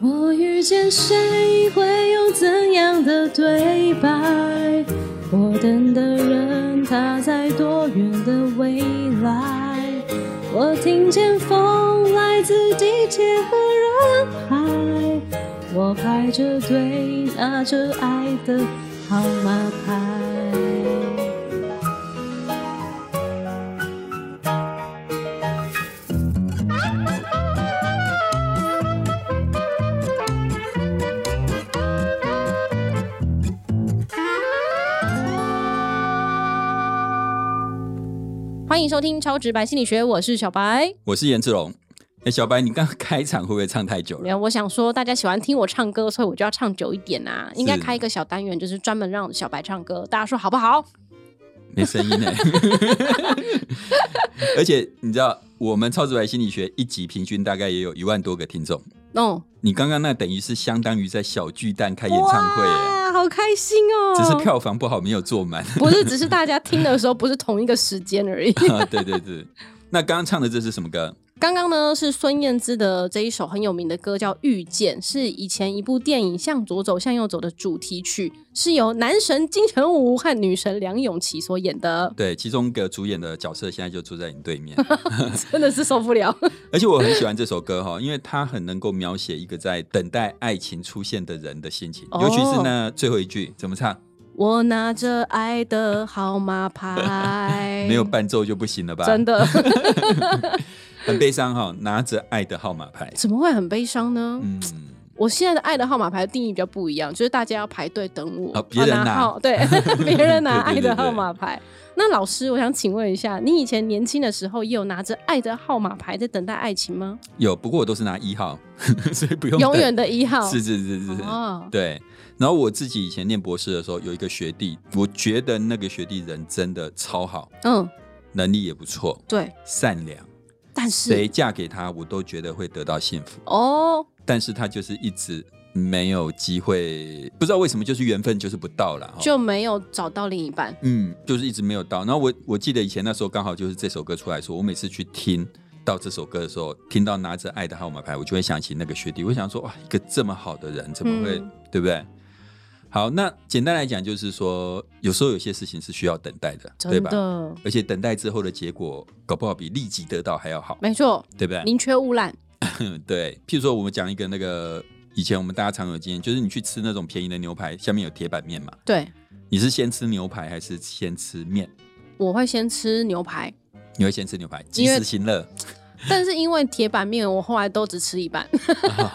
我遇见谁会有怎样的对白？我等的人他在多远的未来？我听见风来自地铁和人海，我排着队拿着爱的号码牌。欢迎收听《超直白心理学》，我是小白。我是颜志龙。哎、小白，你刚刚开场会不会唱太久没了？有，我想说大家喜欢听我唱歌，所以我就要唱久一点啊。应该是开一个小单元，就是专门让小白唱歌，大家说好不好？没声音哎、 而且你知道，我们超直白心理学一集平均大概也有一万多个听众。哦，你刚刚那等于是相当于在小巨蛋开演唱会、欸，哇，好开心哦！只是票房不好，没有坐满。不是，只是大家听的时候不是同一个时间而已。 啊对对对。那刚刚唱的这是什么歌？刚刚呢是孙燕姿的这一首很有名的歌叫《遇见》，是以前一部电影《向左走，向右走》的主题曲，是由男神金城武和女神梁咏琪所演 的，对，其中一个主演的角色现在就坐在你对面，真的是受不 了。而且我很喜欢这首歌哈，因为它很能够描写一个在等待爱情出现的人的心情，哦尤其是那最后一句怎么唱，我拿着爱的号码牌，没有伴奏就不行了吧？哎真的， 很悲伤哈，拿着爱的号码牌，怎么会很悲伤呢？嗯，我现在的爱的号码牌定义比较不一样，就是大家要排队等我，哦别人要拿号， 对，别人拿爱对对的对号码牌。那老师，我想请问一下，你以前年轻的时候也有拿着爱的号码牌在等待爱情吗？有，不过我都是拿一号， 所以不用永等远的一号，是是是是是，哦，对。然后我自己以前念博士的时候，有一个学弟，我觉得那个学弟人真的超好，嗯，能力也不错，对，善良，但是谁嫁给他我都觉得会得到幸福，哦，但是他就是一直没有机会，不知道为什么就是缘分就是不到了，哈就没有找到另一半，嗯，就是一直没有到。然后我我记得以前那时候刚好就是这首歌出来的时候，我每次去听到这首歌的时候，听到拿着爱的号码牌，我就会想起那个学弟，我想说哇，一个这么好的人，怎么会、嗯对不对？好，那简单来讲就是说，有时候有些事情是需要等待的，对真吧？的，而且等待之后的结果，搞不好比立即得到还要好，没错，对不对？宁缺毋滥，嗯， 对。譬如说，我们讲一个那个以前我们大家常有的经验，就是你去吃那种便宜的牛排，下面有铁板面嘛，对，你是先吃牛排还是先吃面？我会先吃牛排，你会先吃牛排，及因为时行乐。但是因为铁板面，我后来都只吃一半。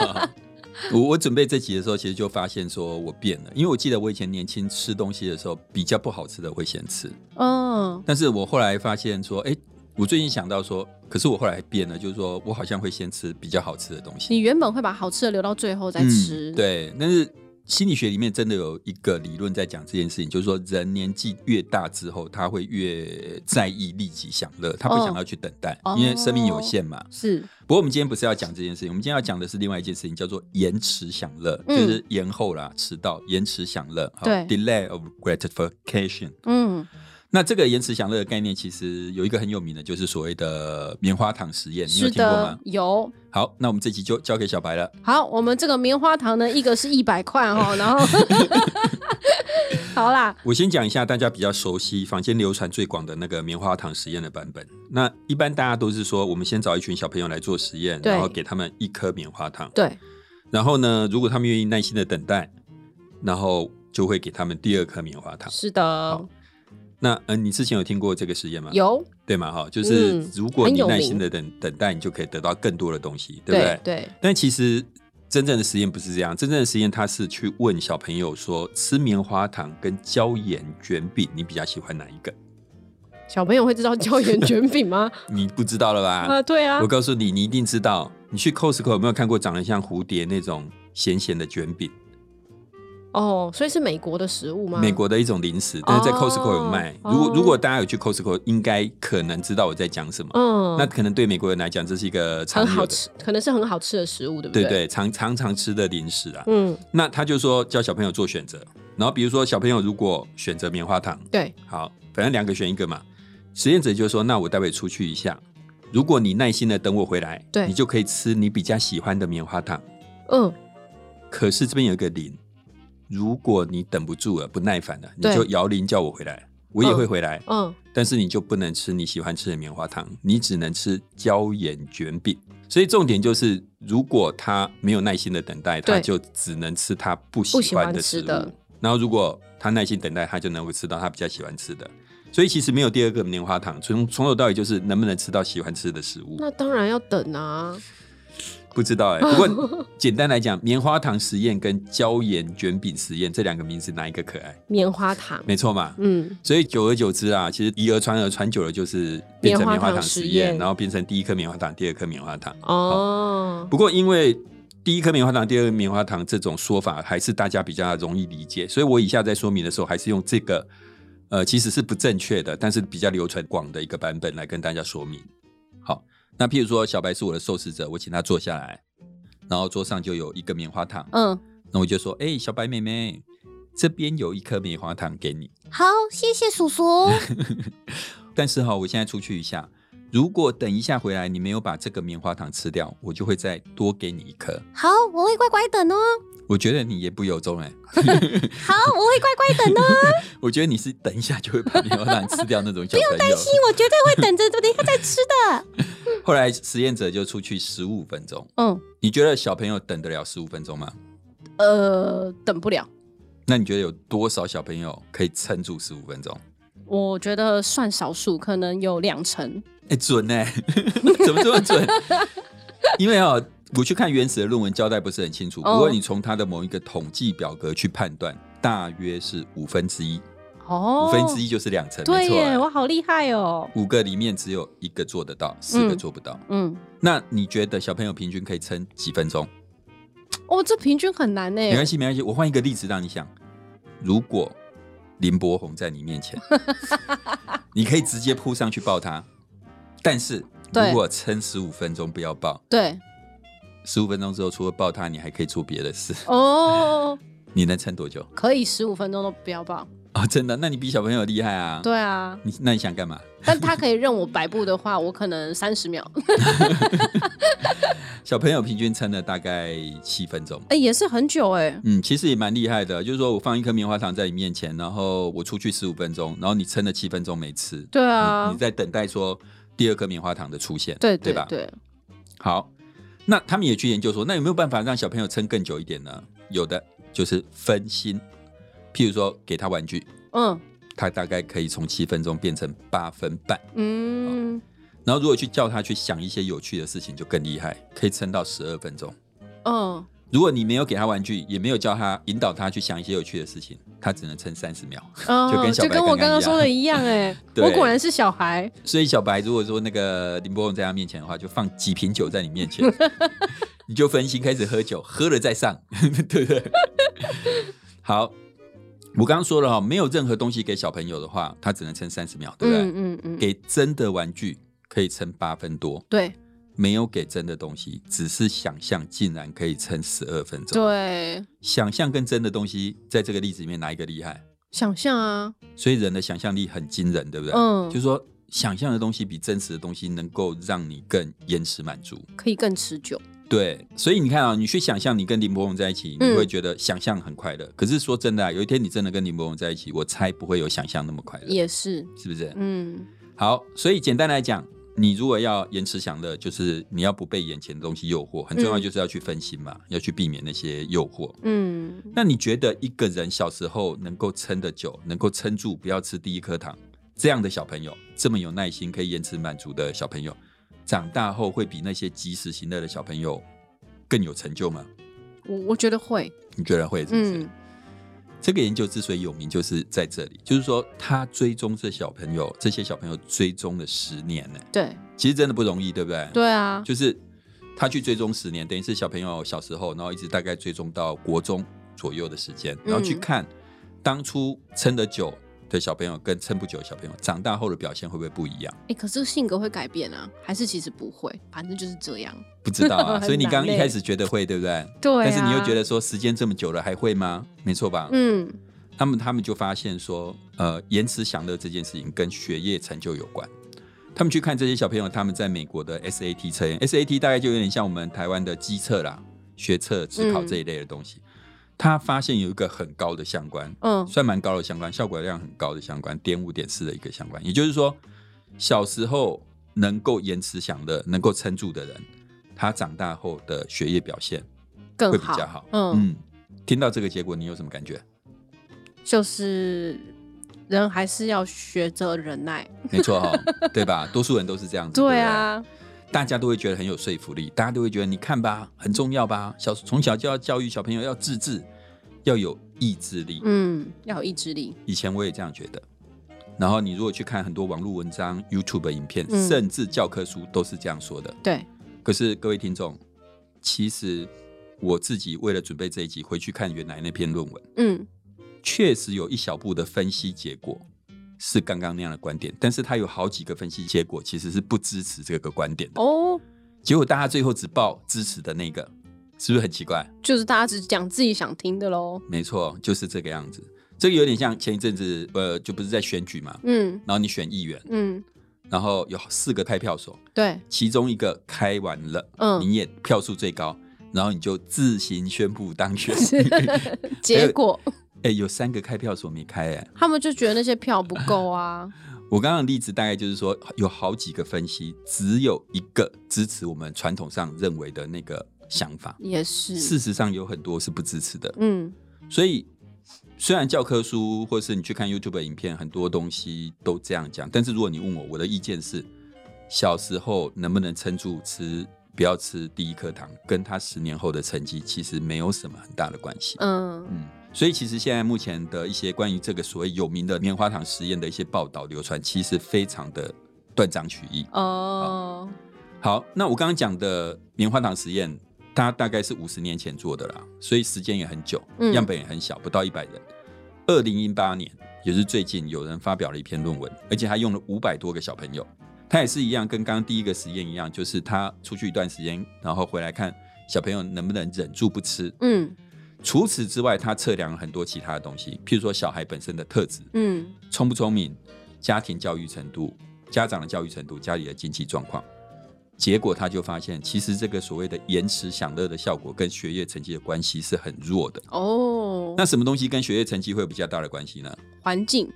我我准备这集的时候，其实就发现说我变了，因为我记得我以前年轻吃东西的时候，比较不好吃的会先吃，嗯，但是我后来发现说，哎、我最近想到说，可是我后来变了，就是说我好像会先吃比较好吃的东西，你原本会把好吃的留到最后再吃，嗯。，对，但是心理学里面真的有一个理论在讲这件事情，就是说人年纪越大之后，他会越在意立即享乐，他不哦想要去等待，哦因为生命有限嘛。是不过我们今天不是要讲这件事情，我们今天要讲的是另外一件事情，叫做延迟享乐，嗯就是延后啦、迟到、延迟享乐，好对，delay of gratification。嗯，那这个延迟享乐的概念，其实有一个很有名的，就是所谓的棉花糖实验，你有是听过的吗，？有。好，那我们这集就交给小白了。好，我们这个棉花糖 呢，一个是一百块哦，然后好啦，我先讲一下大家比较熟悉、坊间流传最广的那个棉花糖实验的版本。那一般大家都是说，我们先找一群小朋友来做实验，对然后给他们一颗棉花糖。对，然后呢，如果他们愿意耐心的等待，然后就会给他们第二颗棉花糖。是的，那嗯、呃你之前有听过这个实验吗？，有，对嘛？哈，就是嗯如果很你有耐名心的等等待，你就可以得到更多的东西，对不对对？对，但其实真正的实验不是这样，真正的实验它是去问小朋友说，吃棉花糖跟椒盐卷饼，你比较喜欢哪一个？小朋友会知道椒盐卷饼 吗？你不知道了吧？啊，对啊我，告诉你，你一定知道。你去 Costco 有没有看过长得像蝴蝶那种咸咸的卷饼？哦，所以是美国的食物吗？美国的一种零食，但是在哦 Costco 有卖。哦如果如果大家有去 Costco，应该可能知道我在讲什么。嗯，那可能对美国人来讲，这是一个常很有好的，吃，可能是很好吃的食物，对不对对，对，常常常吃的零食啊。嗯，那他就说教小朋友做选择，然后比如说小朋友如果选择棉花糖，对，好，反正两个选一个嘛。实验者就说：“那我待会出去一下，如果你耐心的等我回来，对你就可以吃你比较喜欢的棉花糖。嗯，”可是这边有一个铃，如果你等不住了、不耐烦了，你对就摇铃叫我回来，我也会回来。嗯，但是你就不能吃你喜欢吃的棉花糖，你只能吃椒盐卷饼。所以重点就是，如果他没有耐心的等待，对他就只能吃他不不喜喜欢欢的食吃物。的，然后如果他耐心等待，他就能够吃到他比较喜欢吃的。所以其实没有第二个棉花糖，从从头到尾就是能不能吃到喜欢吃的食物，那当然要等啊。不 知道哎、不过简单来讲，棉花糖实验跟椒盐卷饼实验这两个名字哪一个可爱？棉花糖，没错嘛。嗯，所以久而久之啊，其实以讹传讹，传久了就是变成棉棉花花糖糖实实验，验然后变成第一颗棉花糖，第二颗棉花糖。哦，不过因为第一颗棉花糖、第二颗棉花糖这种说法还是大家比较容易理解，所以我以下在说明的时候还是用这个呃其实是不正确的，但是比较流传广的一个版本来跟大家说明。好，那譬如说小白是我的受试者，我请他坐下来，然后桌上就有一个棉花糖，嗯，那我就说：“哎、小白妹妹，这边有一颗棉花糖给你。”好，谢谢叔叔。 但是哈、我现在出去一下，如果等一下回来你没有把这个棉花糖吃掉，我就会再多给你一颗。好，我会乖乖等哦。我觉得你言不由衷哎、 好，我会乖乖等哦。 我觉得你是等一下就会把棉花糖吃掉那种小朋友。不用 担心。我绝对会等着等一下再吃的。后来实验者就出去十五分钟， 嗯，你觉得小朋友等得了十五分钟吗？呃，等不了，那你觉得有多少小朋友可以撑住十五分钟？我觉得算少数，可能有两成。哎、准哎、 怎么这么准？因为哦，我去看原始的论文交代不是很清楚，不哦过你从它的某一个统计表格去判断，大约是五分之一。哦，五分之一就是两成，对没错耶，啊。我好厉害哦。五个里面只有一个做得到，四个做不到。嗯，那你觉得小朋友平均可以撑几分钟？哦，这平均很难呢。没关系，没关系，我换一个例子让你想。如果林柏宏在你 面前，你可以直接扑上去抱他，但是对如果撑十五分钟不要抱，对，十五分钟之后除了抱他，你还可以做别的事。 哦，你能撑多久？ 可以十五分钟都不要报。哦，真的？那你比小朋友厉害啊！，对啊，你那你想干嘛？但他可以任我摆布的话，我可能三十秒，小朋友平均撑了大概七分钟。哎，也是很久哎。嗯，其实也蛮厉害的，就是说我放一颗棉花糖在你面前，然后我出去十五分钟，然后你撑了七分钟没吃，对你啊你，在等待说第二颗棉花糖的出现，对对对吧？对，好，那他们也去研究说，那有没有办法让小朋友撑更久一点呢？有的，就是分心，譬如说给他玩具，嗯他大概可以从七分钟变成八分半，嗯，然后如果去叫他去想一些有趣的事情，就更厉害，可以撑到十二分钟。嗯，如果你没有给他玩具，也没有叫他引导他去想一些有趣的事情，他只能撑三十秒。哦就跟小白就跟我刚刚刚刚一样说 的一样哎，对我果然是小孩，所以小白如果说那个林柏宏在他面前的话，就放几瓶酒在你面前，你就分心开始喝酒，喝了再上， 对不对？好，我刚刚说了哈、没有任何东西给小朋友的话，他只能撑三十秒，对不对？嗯嗯嗯，给真的玩具可以撑八分多，对没有给真的东西，只是想象竟然可以撑十二分钟。对，想象跟真的东西，在这个例子里面哪一个厉害？想象啊，所以人的想象力很惊人，对不对？嗯就是说想象的东西比真实的东西能够让你更延迟满足。可以更持久，对，所以你看啊，你去想象你跟林柏宏在一起，你嗯会觉得想象很快乐。可是说真的啊，有一天你真的跟林柏宏在一起，我猜不会有想象那么快乐，也是，是不是？嗯，好，所以简单来讲。你如果要延迟享乐，就是你要不被眼前的东西诱惑，很重要，嗯就是要去分心嘛，要去避免那些诱惑。嗯，那你觉得一个人小时候能够撑得久，能够撑住不要吃第一颗糖，这样的小朋友，这么有耐心可以延迟满足的小朋友，长大后会比那些及时行乐的小朋友更有成就吗？我我觉得会，你觉得会是不是？嗯这个研究之所以有名，就是在这里，就是说他追踪这小朋友，这些小朋友追踪了十年呢、对其实真的不容易，对不对？对啊，就是他去追踪十年，等于是小朋友小时候，然后一直大概追踪到国中左右的时间，然后去看当初撑得久的小朋友跟撑不久的小朋友，长大后的表现会不会不一样？哎，可是性格会改变啊，还是其实不会，反正就是这样，不知道啊，很所以你刚刚难欸一开始觉得会，对不对？对但是你又啊觉得说时间这么久了还会吗？没错吧？嗯，他们他们就发现说，呃，延迟享乐这件事情跟学业成就有关。他们去看这些小朋友，他们在美国的 SAT 测验，SAT 大概就有点像我们台湾的机测啦，学测、嗯职考这一类的东西，他发现有一个很高的相关，嗯算蛮高的相关，效果量很高的相关，点五点四的一个相关。也就是说，小时候能够延迟享乐、能够撑住的人，他长大后的学业表现更会比好，较好。嗯，嗯，听到这个结果，你有什么感觉？就是人还是要学着忍耐，没错 哈、对吧？多数人都是这样子。对不对啊，大家都会觉得很有说服力，大家都会觉得你看吧，很重要吧，小从小就要教育小朋友要自制，要有意志力。嗯，要有意志力，以前我也这样觉得。然后你如果去看很多网络文章、YouTube 影片，嗯甚至教科书都是这样说的。对，可是各位听众，其实我自己为了准备这一集，回去看原来那篇论文，嗯确实有一小步的分析结果是刚刚那样的观点，但是它有好几个分析结果其实是不支持这个观点的。哦，结果大家最后只报支持的那个，是不是很奇怪？就是大家只讲自己想听的喽，没错，就是这个样子。这个有点像前一阵子，呃，就不是在选举嘛，嗯然后你选议员，嗯，然后有四个开票所，对，其中一个开完了，嗯你也票数最高，然后你就自行宣布 当选。结果哎、有三个开票所没开哎、他们就觉得那些票不够 啊，我刚刚的例子大概就是说，有好几个分析，只有一个支持我们传统上认为的那个想法，也是，事实上有很多是不支持的。嗯所以虽然教科书或是你去看 YouTube 影片，很多东西都这样讲，但是如果你问我，我的意见是，小时候能不能撑住吃，不要吃第一颗糖，跟他十年后的成绩其实没有什么很大的关系。嗯嗯，所以其实现在目前的一些关于这个所谓有名的棉花糖实验的一些报道流传，其实非常的断章取义。哦，好，那我刚刚讲的棉花糖实验，它大概是五十年前做的啦，所以时间也很久，嗯样本也很小，不到一百人。二零一八年，也就是最近，有人发表了一篇论文，而且他用了五百多个小朋友，他也是一样，跟刚刚第一个实验一样，就是他出去一段时间，然后回来看小朋友能不能忍住不吃。嗯除此之外，他测量了很多其他的东西，譬如说小孩本身的特质，嗯聪不聪明、家庭教育程度、家长的教育程度、家里的经济状况。结果他就发现，其实这个所谓的延迟享乐的效果跟学业成绩的关系是很弱的。哦，那什么东西跟学业成绩会有比较大的关系呢？环境，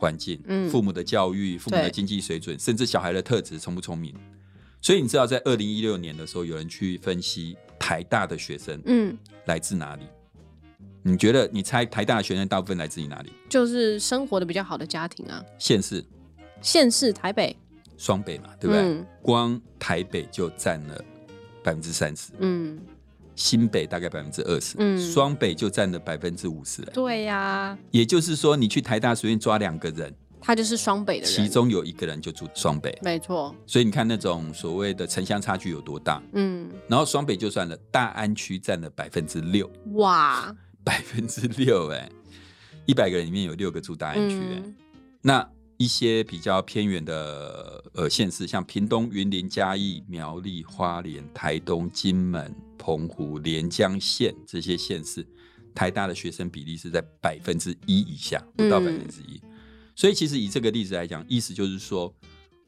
环境、嗯父母的教育、父母的对经济水准，甚至小孩的特质聪不聪明。所以你知道，在二零一六年的时候，有人去分析台大的学生嗯，来自哪里？你觉得你猜台大的学生大部分来自于哪里？就是生活的比较好的家庭啊，县市县市台北，双北嘛，对不对？嗯光台北就占了百分之三十，嗯，新北大概百分之二十，嗯双北就占了百分之五十了。对呀、也就是说，你去台大随便抓两个人，他就是双北的人，其中有一个人就住双北，没错，所以你看那种所谓的城乡差距有多大。嗯，然后双北就算了，大安区占了百分之六，哇，百分之六哎，一百个人里面有六个住大安区哎、嗯那一些比较偏远的呃县市，像屏东、云林、嘉义、苗栗、花莲、台东、金门、澎湖、连江县这些县市，台大的学生比例是在百分之一以下，不到百嗯分之一。所以其实以这个例子来讲，意思就是说。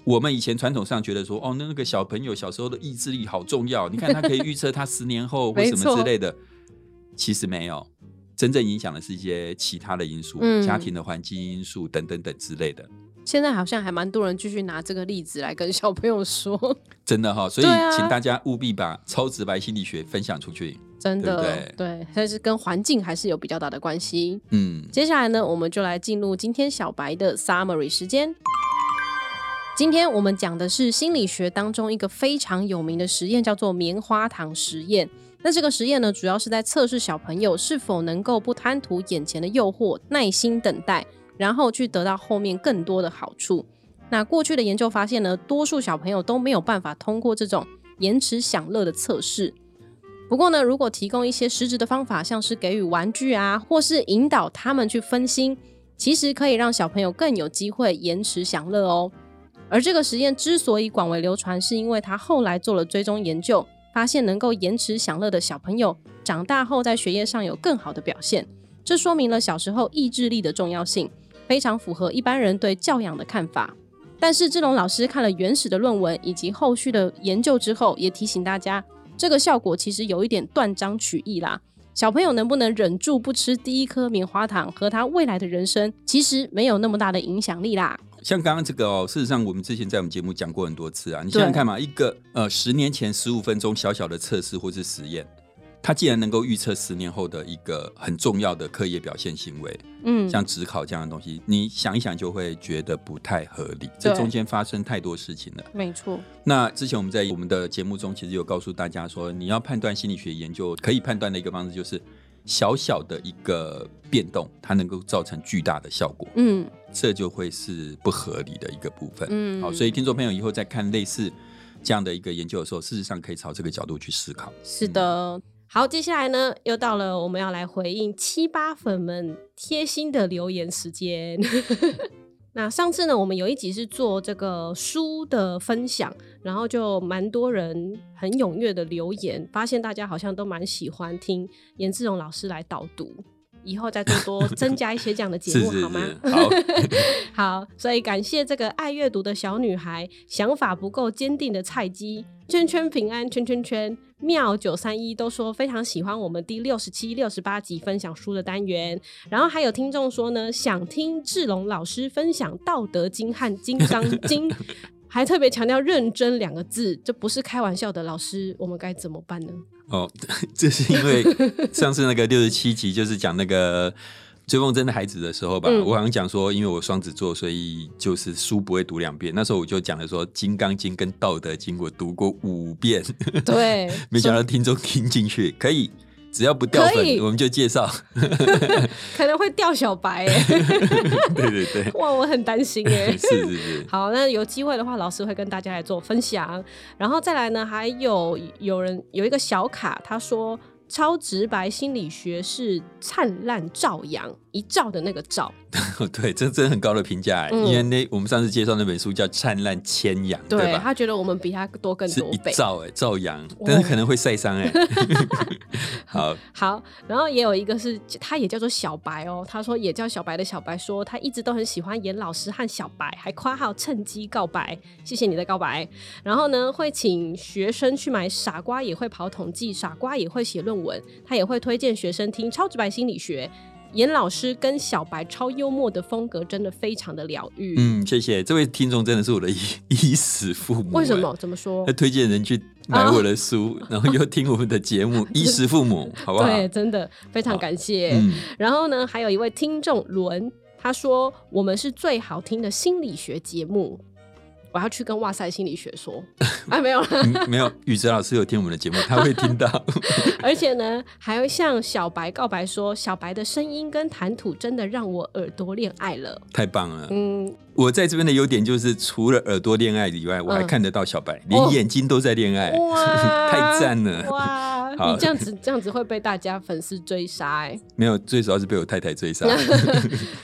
我们以前传统上觉得说，哦，那那个小朋友小时候的意志力好重要，你看他可以预测他十年后或没什么之错类的，其实没有，真正影响的是一些其他的因素，嗯家庭的环境因素等等等之类的。现在好像还蛮多人继续拿这个例子来跟小朋友说，真的哈、所以对啊请大家务必把超直白心理学分享出去。真的，对不但是跟环境还是有比较大的关系。嗯，接下来呢，我们就来进入今天小白的 summary 时间。今天我们讲的是心理学当中一个非常有名的实验，叫做棉花糖实验。那这个实验呢，主要是在测试小朋友是否能够不贪图眼前的诱惑，耐心等待，然后去得到后面更多的好处。那过去的研究发现呢，多数小朋友都没有办法通过这种延迟享乐的测试。不过呢，如果提供一些实质的方法，像是给予玩具啊，或是引导他们去分心，其实可以让小朋友更有机会延迟享乐哦。而这个实验之所以广为流传，是因为他后来做了追踪研究，发现能够延迟享乐的小朋友，长大后在学业上有更好的表现。这说明了小时候意志力的重要性，非常符合一般人对教养的看法。但是志龙老师看了原始的论文以及后续的研究之后，也提醒大家，这个效果其实有一点断章取义啦。小朋友能不能忍住不吃第一颗棉花糖，和他未来的人生其实没有那么大的影响力啦。像刚刚这个哦，事实上我们之前在我们节目讲过很多次啊。你想想看嘛，一个呃十年前十五分钟小小的测试或是实验，它既然能够预测十年后的一个很重要的课业表现行为，嗯，像职考这样的东西，你想一想就会觉得不太合理。这对中间发生太多事情了。没错，那之前我们在我们的节目中其实有告诉大家说，你要判断心理学研究可以判断的一个方式就是小小的一个变动，它能够造成巨大的效果。嗯这就会是不合理的一个部分。嗯，好，所以听众朋友以后在看类似这样的一个研究的时候，事实上可以朝这个角度去思考。是的。好，接下来呢，又到了我们要来回应七八粉们贴心的留言时间。 那上次呢，我们有一集是做这个书的分享，然后就蛮多人很踊跃的留言，发现大家好像都蛮喜欢听颜志荣老师来导读，以后再多 多增加一些这样的节是目是好吗？是，好，好，所以感谢这个爱阅读的小女孩，想法不够坚定的菜鸡，圈圈平安，圈圈圈，妙九三一都说非常喜欢我们第六十七、六十八集分享书的单元。然后还有听众说呢，想听志龙老师分享《道德经》和《金 刚经》。还特别强调“认真”两个字，这不是开玩笑的。老师，我们该怎么 办呢？哦， 这是因为上次那个六十七集就是讲那个。追梦真的孩子的时候吧，嗯我好像讲说，因为我双子座，所以就是书不会读两遍。那时候我就讲了说，《金刚经》跟《道德经》我读过五遍， 对，没想到听众听进去，可以只要不掉可以粉，我们就介绍。 可能会掉小白、 对对对，哇，我很担心哎、是是是， 好，那有机会的话，老师会跟大家来做分享。然后再来呢，还有有人有一个小卡，他说超直白心理学是灿烂照扬一照的那个照，哦，对，这真的很高的评价欸，嗯因为那我们上次介绍那本书叫《灿烂千阳》，对对吧？他觉得我们比他多更是多一倍。兆哎，兆阳，但是可能会晒伤哎。 好，好，然后也有一个是他也叫做小白哦，他说也叫小白的小白说他一直都很喜欢严老师和小白，还夸号趁机告白，谢谢你的告白。然后呢，会请学生去买《傻瓜也会跑统计》，傻瓜也会写论文，他也会推荐学生听《超直白心理学》。严老师跟小白超幽默的风格真的非常的疗愈。嗯，谢谢这位听众，真的是我的衣 衣食父母。欸为什么？？怎啊么说他？推荐人去买我的书，然后又听我们的节目，衣食父母，好不好？对，真的非常感谢。嗯，然后呢，还有一位听众伦，他说我们是最好听的心理学节目。我要去跟哇塞心理学 说，啊没有了。嗯没有，宇哲老师有听我们的节目，他会听到。 而且呢，还会向小白告白说，小白的声音跟谈吐真的让我耳朵恋爱了。太棒了！嗯，我在这边的优点就是，除了耳朵恋爱以外，我还嗯看得到小白，连眼睛都在恋爱，哇太赞了！ 哇，嗯好你这样子这样子会被大家粉丝追杀哎、没有，最主要是被我太 太追杀。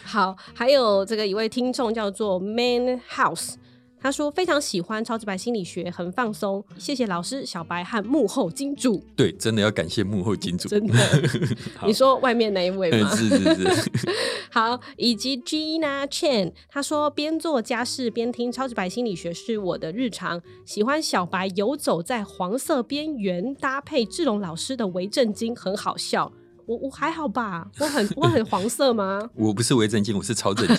好，还有这个一位听众叫做 Man House，他说非常喜欢超直白心理学，很放松，谢谢老师、小白和幕后金主。对，真的要感谢幕后金主。真的 好你说外面那一位吗嗯，？是是是，？好，以及 Gina Chen，她说边做家事边听《超级白心理学》是我的日常，喜欢小白游走在黄色边缘，搭配志龙老师的为正经，很好笑。我我还好吧，我很我很黄色吗 我不是为正经，我是超正经。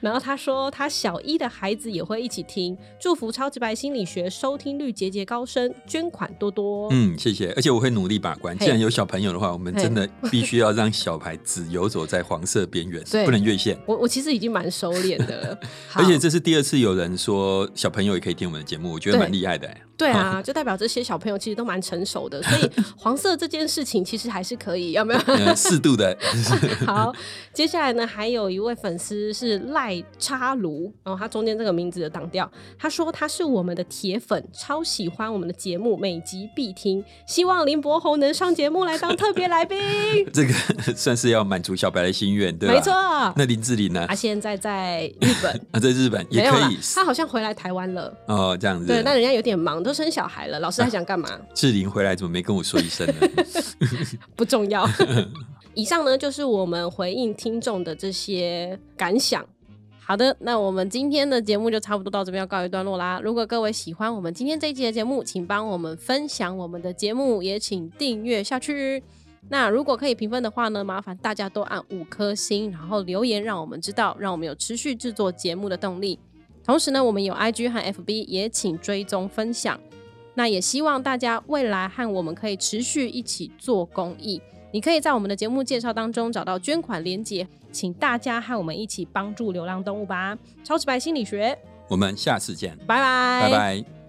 然后他说他小一的孩子也会一起听，祝福超直白心理学收听率节节高升，捐款多多。嗯，谢谢，而且我会努力把关。哦嘿既然有小朋友的话，我们真的必须要让小孩只游走在黄色边缘对， 不能越线。我我其实已经蛮收敛的 了，好而且这是第二次有人说小朋友也可以听我们的节目，我觉得对蛮厉害的、欸。对 啊，就代表这些小朋友其实都蛮成熟的，所以黄色这件事情其实还是可以，有没有？ 嗯，适度的， 好，接下来呢，还有一位粉丝是赖插卢，然后他中间这个名字的挡掉，他说他是我们的铁粉，超喜欢我们的节目，每集必听，希望林柏宏能上节目来当特别来宾。这个算是要满足小白的心愿， 对吧？啊没错，。那林志玲呢，他？现在在日本啊，在日本没 也有可啦 以他好像回来台湾了。哦，这样子。对，但人家有点忙，都生小孩了，老师还想干嘛？志玲回来怎么没跟我说一声呢？ 不重要。以上呢，就是我们回应听众的这些感想。好的，那我们今天的节目就差不多到这边要告一段落啦。如果各位喜欢我们今天这一集的节目，请帮我们分享我们的节目，也请订阅下去。那如果可以评分的话呢，麻烦大家都按五颗星，然后留言让我们知道，让我们有持续制作节目的动力。同时呢，我们有 IG 和 FB，也请追踪分享。那也希望大家未来和我们可以持续一起做公益。你可以在我们的节目介绍当中找到捐款链接，请大家和我们一起帮助流浪动物吧。超直白心理学，我们下次见，拜拜，拜拜